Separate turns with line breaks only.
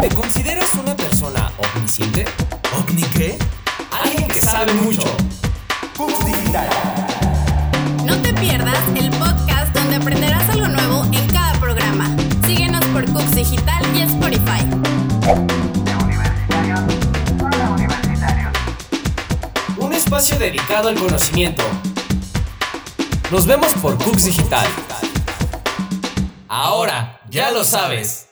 ¿Te consideras una persona omnisciente?
¿Ovni qué?
Alguien que sabe mucho.
Cubos Digital.
No te pierdas el podcast donde aprenderás algo nuevo en cada programa. Síguenos por Cooks Digital y Spotify.
Un espacio dedicado al conocimiento. Nos vemos por Cooks Digital. Ahora, ya lo sabes.